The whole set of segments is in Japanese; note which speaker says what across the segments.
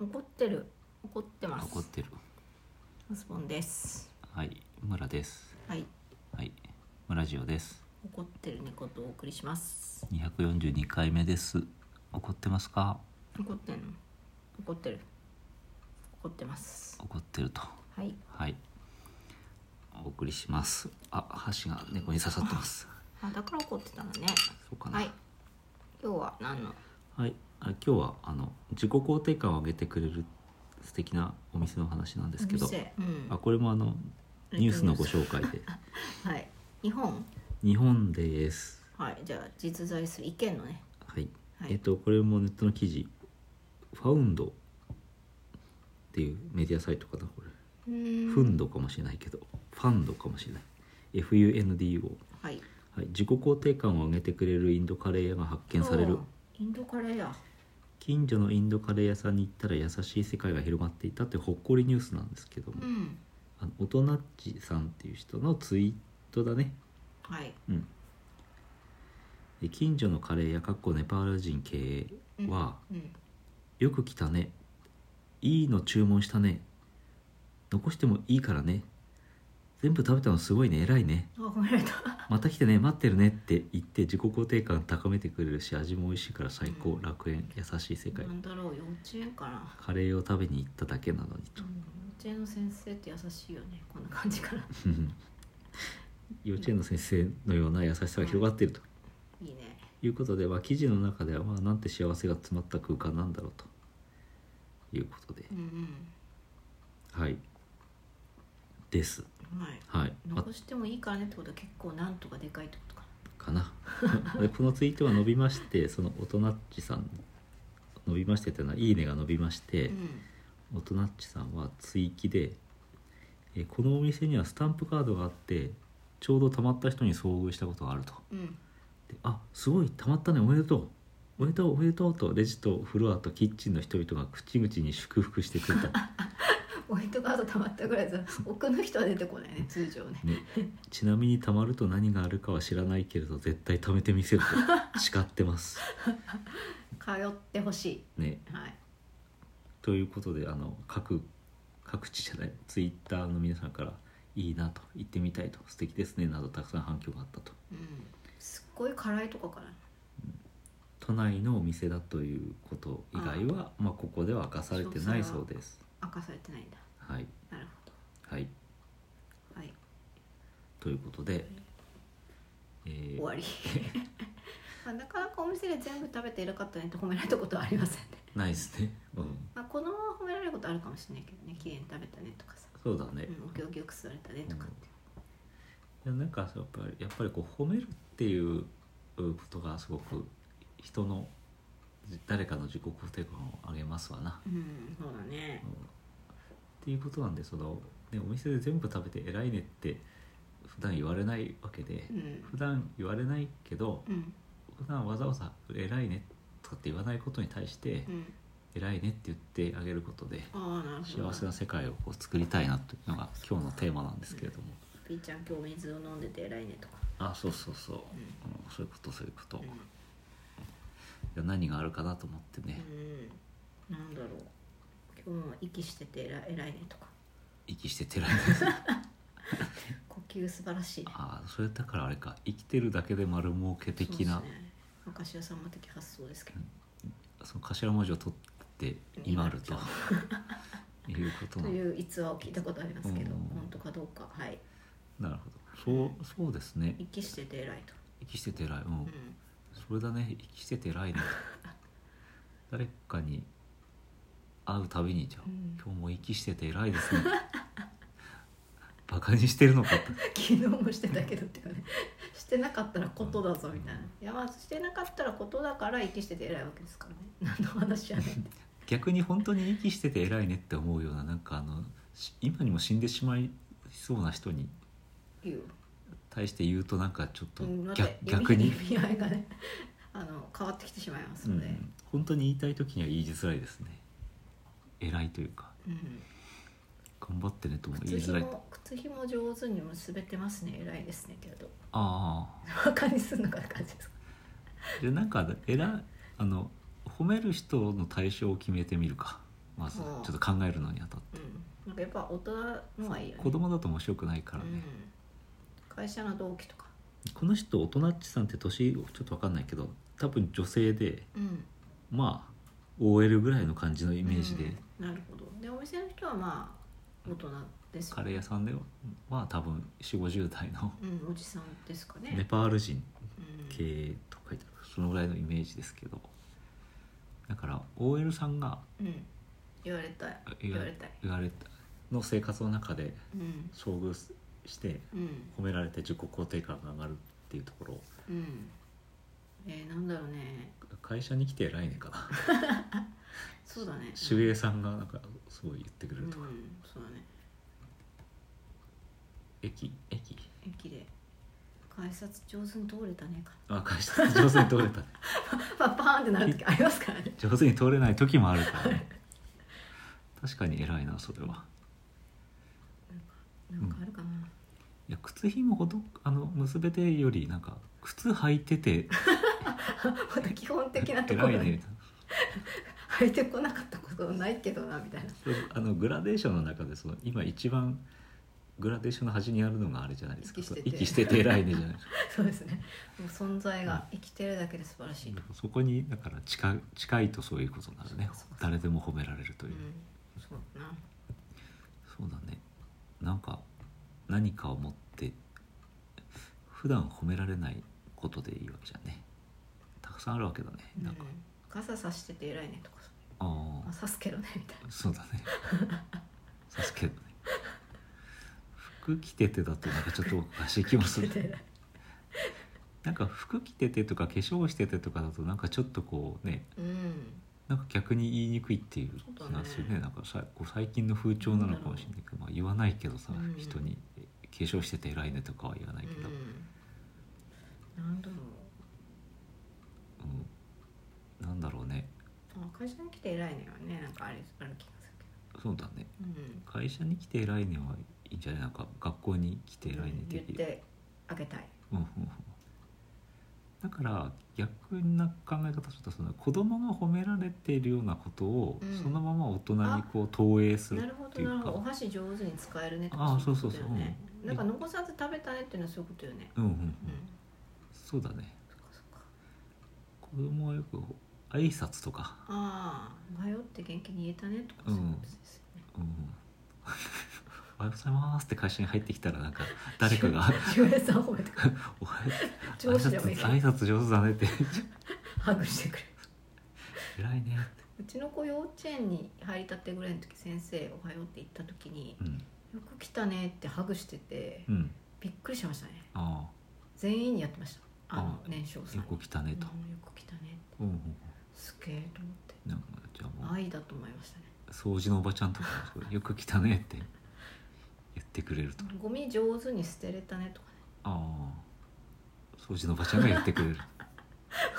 Speaker 1: 怒ってる怒ってます
Speaker 2: 怒ってる
Speaker 1: マスボンです
Speaker 2: はい村です
Speaker 1: はい
Speaker 2: はい村ジオです
Speaker 1: 怒ってる猫とお送りします
Speaker 2: 242回目です怒ってますか
Speaker 1: 怒ってんの怒ってる怒ってます
Speaker 2: 怒ってると
Speaker 1: はい
Speaker 2: はいお送りしますあ箸が猫に刺さってます
Speaker 1: あだから怒ってたのね
Speaker 2: そうかな
Speaker 1: はい今日は何の
Speaker 2: はいあ今日はあの自己肯定感を上げてくれる素敵なお店の話なんですけど
Speaker 1: お店うん
Speaker 2: あこれもあのニュースのご紹介で
Speaker 1: はい日本
Speaker 2: 日本です
Speaker 1: はいじゃあ実在する意見のね
Speaker 2: はい、
Speaker 1: はい
Speaker 2: えっとこれもネットの記事ファウンドっていうメディアサイトかなこれ、
Speaker 1: うーん
Speaker 2: フンドかもしれないけどファンドかもしれない FUNDO、
Speaker 1: はい
Speaker 2: はい、自己肯定感を上げてくれるインドカレー屋が発見される
Speaker 1: おーインドカレーや
Speaker 2: 近所のインドカレー屋さんに行ったら優しい世界が広まっていたってほっこりニュースなんですけども、
Speaker 1: うん
Speaker 2: あのおとなっちさんっていう人のツイートだね
Speaker 1: はい
Speaker 2: うんで近所のカレー屋かっこネパール人経営は、
Speaker 1: うん
Speaker 2: よく来たね。いいの注文したね。残してもいいからね。全部食べたのすごいね。偉いね。
Speaker 1: あ褒められた
Speaker 2: また来てね。待ってるねって言って自己肯定感高めてくれるし、味も美味しいから最高。
Speaker 1: うん
Speaker 2: 楽園。優しい世界
Speaker 1: な。んだろう幼稚園かな
Speaker 2: カレーを食べに行っただけなのに
Speaker 1: う
Speaker 2: と。
Speaker 1: ん幼稚園の先生って優しいよねこんな感じから
Speaker 2: 幼稚園の先生のような優しさが広がっていると
Speaker 1: いいね
Speaker 2: いうことで、まあ、記事の中では、まあ、なんて幸せが詰まった空間なんだろうということで
Speaker 1: う、ん
Speaker 2: はい。です。
Speaker 1: うんはい
Speaker 2: はい。まあ
Speaker 1: 残してもいいからねってことは結構なんとかでかいってことか
Speaker 2: かな でこのツイートは伸びましてその大人っちさん伸びましてというのは「いいね」が伸びまして
Speaker 1: な、うん
Speaker 2: 大人っちさんは追記でえー「このお店にはスタンプカードがあってちょうどたまった人に遭遇したことがあると」
Speaker 1: うん
Speaker 2: であすごいたまったねおめでとう」おめでとうおめでとうとレジとフロアとキッチンの人々が口々に祝福してくれた、
Speaker 1: ホワイトカード溜まったぐらいじゃ奥の人は出てこないね通常ね
Speaker 2: ね、ちなみにたまると何があるかは知らないけれど絶対貯めてみせると誓ってます、
Speaker 1: 通ってほしい
Speaker 2: ね、
Speaker 1: はい
Speaker 2: ということであの各各地じゃないツイッターの皆さんから「いいな」と「行ってみたい」と「素敵ですね」などたくさん反響があったと
Speaker 1: うんすっごい辛いとこかな
Speaker 2: 都内のお店だということ以外はまあ、ここでは明かされてないそうです
Speaker 1: 明かされてないんだ
Speaker 2: はい
Speaker 1: なるほ
Speaker 2: はい
Speaker 1: どはい
Speaker 2: ということで、えー
Speaker 1: 終わり まあなかなかお店で全部食べて偉かったねって褒められたことはありませんね、
Speaker 2: ないですねうん
Speaker 1: まあ、子供は褒められることあるかもしれないけどね綺麗に食べたねとかさ、
Speaker 2: そうだね
Speaker 1: う、ん、お行儀よく座れたねとかって、
Speaker 2: いやなんかやっぱりやっぱりこう褒めるっていうことがすごく人の誰かの自己肯定感を上げますわな
Speaker 1: うん、そうだね
Speaker 2: うんっていうことなんでその、ね、お店で全部食べて偉いねって普段言われないわけで
Speaker 1: うん
Speaker 2: 普段言われないけど
Speaker 1: うん
Speaker 2: 普段わざわざ「偉いね」とかって言わないことに対して
Speaker 1: うん
Speaker 2: 「偉いね」って言ってあげることで
Speaker 1: ああなるほど
Speaker 2: 幸せな世界をこう作りたいなというのが今日のテーマなんですけれども
Speaker 1: ピーちゃん今日水を飲んでて偉いねとか、
Speaker 2: あそうそうそう、
Speaker 1: うん
Speaker 2: うんそういうことそういうこと、
Speaker 1: う
Speaker 2: い
Speaker 1: ん
Speaker 2: や何があるかなと思ってね
Speaker 1: うん、なんだろう今日も息してて偉い偉いねとか
Speaker 2: 息してて偉いです
Speaker 1: 呼吸素晴らしいね
Speaker 2: ああそれだからあれか生きてるだけで丸儲け的な
Speaker 1: そうですねお菓子屋さんも的発想ですけど、
Speaker 2: その頭文字を取って今あ るということな
Speaker 1: と
Speaker 2: の
Speaker 1: いう逸話を聞いたことありますけど、
Speaker 2: うん
Speaker 1: 本当かどうかはい
Speaker 2: なるほどそうそうですね
Speaker 1: 息してて偉いと、
Speaker 2: 生きてて偉いうん、
Speaker 1: うん、
Speaker 2: それだね生きてて 偉いね誰かに会うたびにじゃあ、
Speaker 1: うん
Speaker 2: 今日も生きしてて偉いですね バカにしてるのかと
Speaker 1: 昨日もしてたけどっていうかね してなかったらことだぞみたいな、
Speaker 2: うん
Speaker 1: いやまあしてなかったらことだから息してて偉いわけですからね何の話やねんって
Speaker 2: 逆に本当に息してて偉いねって思うようななんかあのし今にも死んでしまいそうな人に
Speaker 1: 言う
Speaker 2: 対して言うとなんかちょっと
Speaker 1: うんなんか
Speaker 2: 逆,、逆に
Speaker 1: 意。味意味合いがね あの変わってきてしまいますので、
Speaker 2: うん、本当に言いたい時には言いづらいですね偉いというか
Speaker 1: うん
Speaker 2: 頑張ってねとも言
Speaker 1: 靴
Speaker 2: いづらい
Speaker 1: 紐靴紐上手に結べてますね偉いですねけれど
Speaker 2: ああ
Speaker 1: バカにすんのかって感じですか
Speaker 2: でなんか偉いあの褒める人の対象を決めてみるかまずち
Speaker 1: あ
Speaker 2: ょ
Speaker 1: あ
Speaker 2: っと考えるのにあたって
Speaker 1: うん、なんかやっぱ大人のはいいよね
Speaker 2: 子供だと面白くないからね、
Speaker 1: うん、会社の同期とか
Speaker 2: この人大人っちさんって年ちょっと分かんないけど多分女性で
Speaker 1: うん
Speaker 2: まあ OL ぐらいの感じのイメージで、
Speaker 1: うんなるほどでお店の人はまあ大人ですよ
Speaker 2: カレー屋さんでは、まあ、多分4 5 0代の
Speaker 1: うん、おじさんですかね
Speaker 2: ネパール人
Speaker 1: うん、
Speaker 2: 系と書いてあるそのぐらいのイメージですけどだから OL さんが
Speaker 1: うん、言われたい
Speaker 2: 言
Speaker 1: 言
Speaker 2: わ
Speaker 1: われたい
Speaker 2: 言われたの生活の中で
Speaker 1: うん
Speaker 2: 遭遇して
Speaker 1: うん
Speaker 2: 褒められて自己肯定感が上がるっていうところ
Speaker 1: うんえー、なんだろうね
Speaker 2: 会社に来て偉いねかな
Speaker 1: そうだね
Speaker 2: 守衛さんがなんかすごい言ってくれ
Speaker 1: うん
Speaker 2: るとか、
Speaker 1: そうだね
Speaker 2: 駅駅
Speaker 1: 駅で改札上手に通れたねか
Speaker 2: あ会社上手に通れ たね
Speaker 1: パパーンってなる時ありますからね
Speaker 2: 上手に通れない時もあるからね確かに偉いなそれは
Speaker 1: なんかあるかな、
Speaker 2: いや靴ひもほどあの結べてよりなんか靴履いてて
Speaker 1: また基本的なとこ
Speaker 2: 偉
Speaker 1: ろ
Speaker 2: いね
Speaker 1: に
Speaker 2: みたいな
Speaker 1: 入ってこなかったことないけどなみたいな
Speaker 2: そう あのグラデーションの中でその今一番グラデーションの端にあるのがあれじゃないですか
Speaker 1: 息してて
Speaker 2: そう息してて偉いねじゃな いですか
Speaker 1: そうですねもう存在が生きてるだけで素晴らしいと、
Speaker 2: そこにだから近い近いとそういうことになるね
Speaker 1: そうそうそう
Speaker 2: 誰でも褒められると
Speaker 1: う
Speaker 2: い
Speaker 1: ん
Speaker 2: う、
Speaker 1: そうだな
Speaker 2: そうだねなんか何かを持って普段褒められないことでいいわけじゃんねたくさんあるわけだね
Speaker 1: う
Speaker 2: なん
Speaker 1: ん
Speaker 2: か、
Speaker 1: 傘さしてて偉いねとかさ
Speaker 2: あ
Speaker 1: まあさすけどねみたい
Speaker 2: あそうだね さすけどね服着ててだとなんかちょっとおかしい気もす
Speaker 1: な
Speaker 2: る
Speaker 1: してて偉い
Speaker 2: なんか服着ててとか化粧しててとかだとなんかちょっとこうね
Speaker 1: うん
Speaker 2: なんか逆に言いにくいっていう気
Speaker 1: そうだ
Speaker 2: が
Speaker 1: ね
Speaker 2: するねなんかさこう最近の風潮なのかもしれないけど、まあ、言わないけどさ、
Speaker 1: うん
Speaker 2: 人にえ「化粧してて偉いね」とかは言わないけど、うん
Speaker 1: うん、なんだろう
Speaker 2: なんだろうね
Speaker 1: あ会社に来て偉いねはねなんかあれある気がする
Speaker 2: そうだね
Speaker 1: けど、うん、
Speaker 2: 会社に来て偉いねはいいんじゃないなんか学校に来て偉いね
Speaker 1: 言っ
Speaker 2: 的
Speaker 1: てあげたい
Speaker 2: うんうんうんだから逆な考え方としてはその子供が褒められているようなことを
Speaker 1: うん
Speaker 2: そのまま大人にこう投影する
Speaker 1: なる
Speaker 2: っ
Speaker 1: ほど
Speaker 2: てい
Speaker 1: なる
Speaker 2: う
Speaker 1: ほ
Speaker 2: か
Speaker 1: どお箸上手に使えるねと
Speaker 2: あ
Speaker 1: か
Speaker 2: ーそうそうそう
Speaker 1: いことだよね
Speaker 2: うん
Speaker 1: なんか残さず食べたねっていうのはそういうことよね
Speaker 2: うんうんうん
Speaker 1: うん
Speaker 2: そうだね
Speaker 1: そっかそっか
Speaker 2: 子供はよく挨拶とか、
Speaker 1: ああ迷って元気に言えたねとかそういうことですよね、
Speaker 2: うんうん、おはようございますって会社に入ってきたらなんか誰 かが
Speaker 1: 純平さん褒めてくれる
Speaker 2: おはよう
Speaker 1: 上
Speaker 2: 挨
Speaker 1: 司でもい
Speaker 2: 拶
Speaker 1: いけど
Speaker 2: 挨拶上手だねって
Speaker 1: ハグしてくれる
Speaker 2: 偉いね
Speaker 1: うちの子幼稚園に入りたてぐらいの時先生おはようって言った時に
Speaker 2: うん
Speaker 1: よく来たねってハグしてて
Speaker 2: うん
Speaker 1: びっくりしましたね
Speaker 2: あ
Speaker 1: 全員にやってましたあの
Speaker 2: あ
Speaker 1: 年少
Speaker 2: あ
Speaker 1: さん
Speaker 2: よ
Speaker 1: に
Speaker 2: く来たねと
Speaker 1: う、んよく来たねって
Speaker 2: うんうんうん、
Speaker 1: すげえと思って
Speaker 2: なんかじゃあもう
Speaker 1: 愛だと思いましたね
Speaker 2: 掃除のおばちゃんとかもそうよく来たねって言ってくれると
Speaker 1: ゴミ上手に捨てれたねとかね
Speaker 2: ああ掃除のおばちゃんが言ってくれる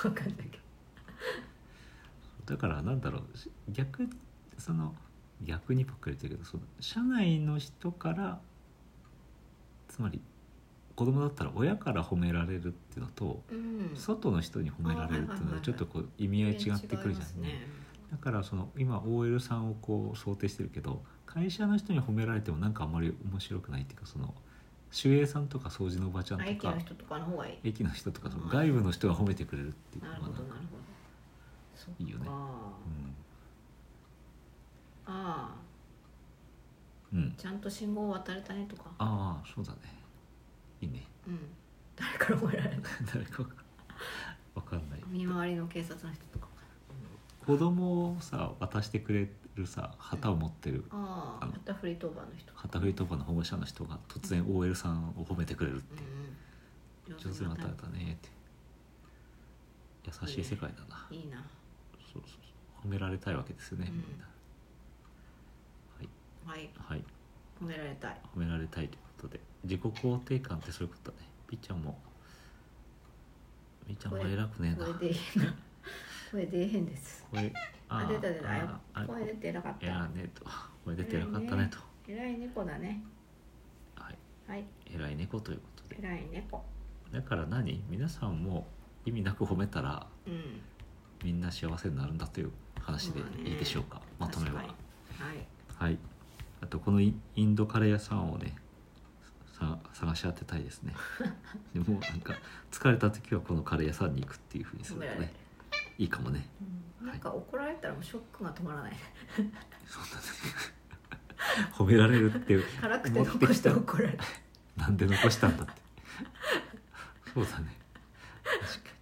Speaker 1: 分かんないけど
Speaker 2: だからなんだろうし逆その逆にばっかり言ってるけどその社内の人からつまり子供だったら親から褒められるっていうのと
Speaker 1: うん
Speaker 2: 外の人に褒められるっていうの
Speaker 1: あーはいはいはいは
Speaker 2: はいちょっとこう意味合い違ってくるじゃん
Speaker 1: 全然違い
Speaker 2: ね。
Speaker 1: ます
Speaker 2: だからその今 OL さんをこう想定してるけど会社の人に褒められてもなんかあんまり面白くないっていうかその守衛さんとか掃除のおばちゃん
Speaker 1: あ
Speaker 2: と
Speaker 1: 駅の
Speaker 2: か
Speaker 1: 人とかの方がいい
Speaker 2: 駅の人とかその
Speaker 1: うん
Speaker 2: 外部の人が褒めてくれるっていうの
Speaker 1: な
Speaker 2: は
Speaker 1: るほど
Speaker 2: なん
Speaker 1: な
Speaker 2: か
Speaker 1: るほどそっか
Speaker 2: いいよね
Speaker 1: ああ
Speaker 2: うん、うん、
Speaker 1: ちゃんと信号を渡れたねとか
Speaker 2: ああそうだねいいね
Speaker 1: うん誰から覚えられた
Speaker 2: 誰かわかわかんない
Speaker 1: 見回りの警察の人とかかな
Speaker 2: 子供をさ渡してくれるさ旗を持ってる
Speaker 1: ああ
Speaker 2: あの
Speaker 1: またフリートーバーの人
Speaker 2: 旗振りとかの保護者の人が突然 OL さんを褒めてくれるって
Speaker 1: うんうん
Speaker 2: 上手に渡れたねって優しい世界だな、
Speaker 1: いいな
Speaker 2: そうそうそう褒められたいわけですよね、
Speaker 1: うん
Speaker 2: みんなはい、
Speaker 1: はい
Speaker 2: はい、
Speaker 1: 褒められたい
Speaker 2: 褒められたいということで自己肯定感ってそういうことだねピッちゃんもみーちゃんも
Speaker 1: これ
Speaker 2: 偉くねえな
Speaker 1: 声でいいな声でええんです
Speaker 2: 声
Speaker 1: あ出た出た
Speaker 2: ああ
Speaker 1: 声出てなかった
Speaker 2: 偉いねと声出て偉かったねと
Speaker 1: 偉い猫だね
Speaker 2: はい
Speaker 1: はい
Speaker 2: 偉い猫ということで
Speaker 1: 偉い猫
Speaker 2: だから何皆さんも意味なく褒めたら
Speaker 1: うん
Speaker 2: みんな幸せになるんだという話でいいでしょうか、まとめは
Speaker 1: 確かにはい
Speaker 2: はいあとこのインインドカレー屋さんをねさ探し当てたい ですねでもなんか疲れた時はこのカレー屋さんに行くっていうふうにす
Speaker 1: 褒
Speaker 2: る
Speaker 1: めら
Speaker 2: と
Speaker 1: れて
Speaker 2: ねいいかもね
Speaker 1: るなんか怒られたらもうショックが止まらない
Speaker 2: そんな褒められるっていう
Speaker 1: 辛くて残して
Speaker 2: 持って
Speaker 1: 怒られる
Speaker 2: なんで残したんだって そうだね確かに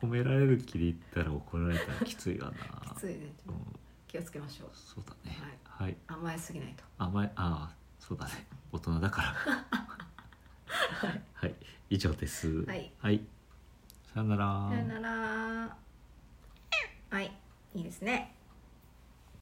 Speaker 2: 褒められる気で言ったら怒られたらきついわな
Speaker 1: きついね
Speaker 2: うん、
Speaker 1: 気をつけましょう
Speaker 2: そうだねはい、
Speaker 1: 甘えすぎないと
Speaker 2: 甘いああそうだね大人だから
Speaker 1: はい
Speaker 2: はい以上です
Speaker 1: はい、
Speaker 2: さよなら
Speaker 1: さよならはいいいですね